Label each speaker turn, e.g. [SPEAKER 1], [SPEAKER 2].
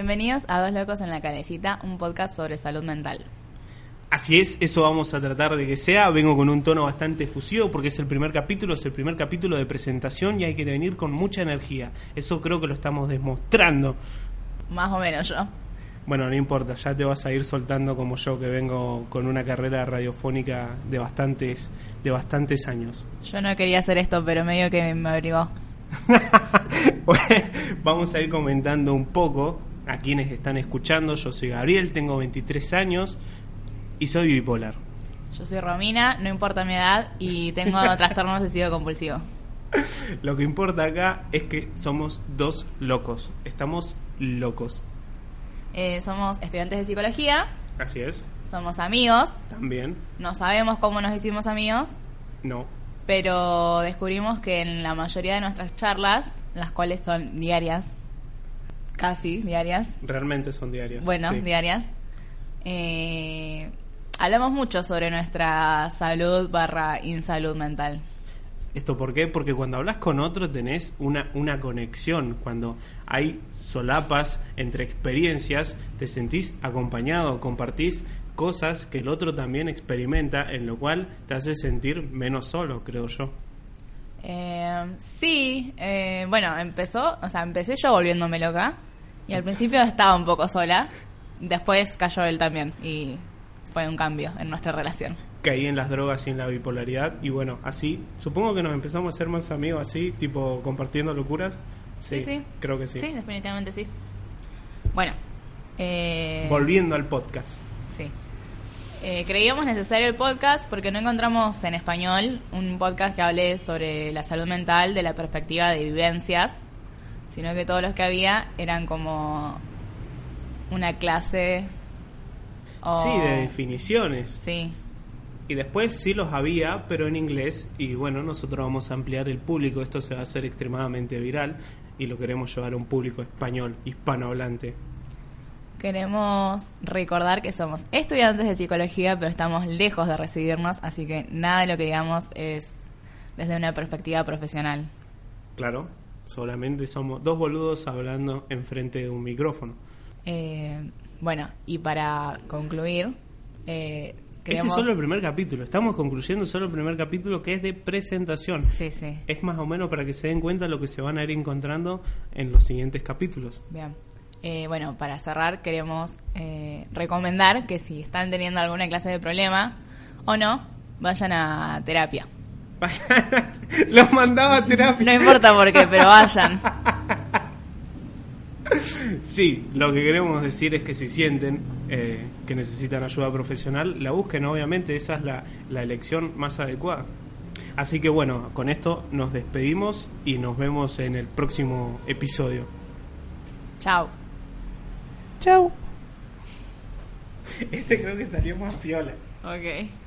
[SPEAKER 1] Bienvenidos a Dos Locos en la Carecita, un podcast sobre salud mental.
[SPEAKER 2] Así es, eso vamos a tratar de que sea. Vengo con un tono bastante efusivo porque es el primer capítulo, es el primer capítulo de presentación y hay que venir con mucha energía. Eso creo que lo estamos demostrando.
[SPEAKER 1] Más o menos yo.
[SPEAKER 2] Bueno, no importa, ya te vas a ir soltando como yo que vengo con una carrera radiofónica de bastantes de bastantes años.
[SPEAKER 1] Yo no quería hacer esto, pero medio que me abrigó.
[SPEAKER 2] Bueno, vamos a ir comentando un poco a quienes están escuchando. Yo soy Gabriel, tengo 23 años y soy bipolar.
[SPEAKER 1] Yo soy Romina, no importa mi edad y tengo trastorno obsesivo compulsivo.
[SPEAKER 2] Lo que importa acá es que somos dos locos. Estamos locos.
[SPEAKER 1] Eh, somos estudiantes de psicología,
[SPEAKER 2] Así es.
[SPEAKER 1] somos amigos,
[SPEAKER 2] También.
[SPEAKER 1] no sabemos cómo nos hicimos amigos,
[SPEAKER 2] No.
[SPEAKER 1] pero descubrimos que en la mayoría de nuestras charlas, las cuales son diarias, casi diarias,
[SPEAKER 2] Realmente son diarios.
[SPEAKER 1] bueno,
[SPEAKER 2] Sí.
[SPEAKER 1] diarias. Eh, hablamos mucho sobre nuestra salud barra insalud mental.
[SPEAKER 2] ¿Esto por qué? Porque cuando hablas con otro tenés una, una conexión. Cuando hay solapas entre experiencias, te sentís acompañado, compartís cosas que el otro también experimenta, en lo cual te hace sentir menos solo, creo yo.
[SPEAKER 1] Eh, sí, eh, bueno, empezó, o sea, empecé yo volviéndome loca y al principio estaba un poco sola, después cayó él también y fue un cambio en nuestra relación.
[SPEAKER 2] Caí en las drogas y en la bipolaridad y bueno, así, supongo que nos empezamos a ser más amigos así, tipo compartiendo locuras. Sí, creo que sí.
[SPEAKER 1] Sí, definitivamente sí. Bueno, eh,
[SPEAKER 2] Volviendo al podcast.
[SPEAKER 1] Sí. Eh, creíamos necesario el podcast porque no encontramos en español un podcast que hable sobre la salud mental de la perspectiva de vivencias, sino que todos los que había eran como una clase o...
[SPEAKER 2] Sí, de definiciones.
[SPEAKER 1] Sí,
[SPEAKER 2] Y después sí los había, pero en inglés. Y bueno, nosotros vamos a ampliar el público. Esto se va a hacer extremadamente viral. Y lo queremos llevar a un público español, hispanohablante.
[SPEAKER 1] Queremos recordar que somos estudiantes de psicología, pero estamos lejos de recibirnos, así que nada de lo que digamos es desde una perspectiva profesional.
[SPEAKER 2] Claro, solamente somos dos boludos hablando enfrente de un micrófono.
[SPEAKER 1] Eh, bueno, y para concluir, eh,
[SPEAKER 2] Este es
[SPEAKER 1] queremos...
[SPEAKER 2] solo el primer capítulo. Estamos concluyendo solo el primer capítulo que es de presentación.
[SPEAKER 1] Sí, sí,
[SPEAKER 2] Es más o menos para que se den cuenta lo que se van a ir encontrando en los siguientes capítulos.
[SPEAKER 1] bien. Eh, bueno, para cerrar queremos eh, recomendar que si están teniendo alguna clase de problema o no, vayan a terapia.
[SPEAKER 2] los mandaba a terapia.
[SPEAKER 1] No importa por qué, pero vayan.
[SPEAKER 2] Sí, lo que queremos decir es que si sienten eh, que necesitan ayuda profesional, la busquen, obviamente, esa es la, la elección más adecuada. Así que bueno, con esto nos despedimos y nos vemos en el próximo episodio.
[SPEAKER 1] Chao.
[SPEAKER 2] Este creo que salió más piola.
[SPEAKER 1] Ok.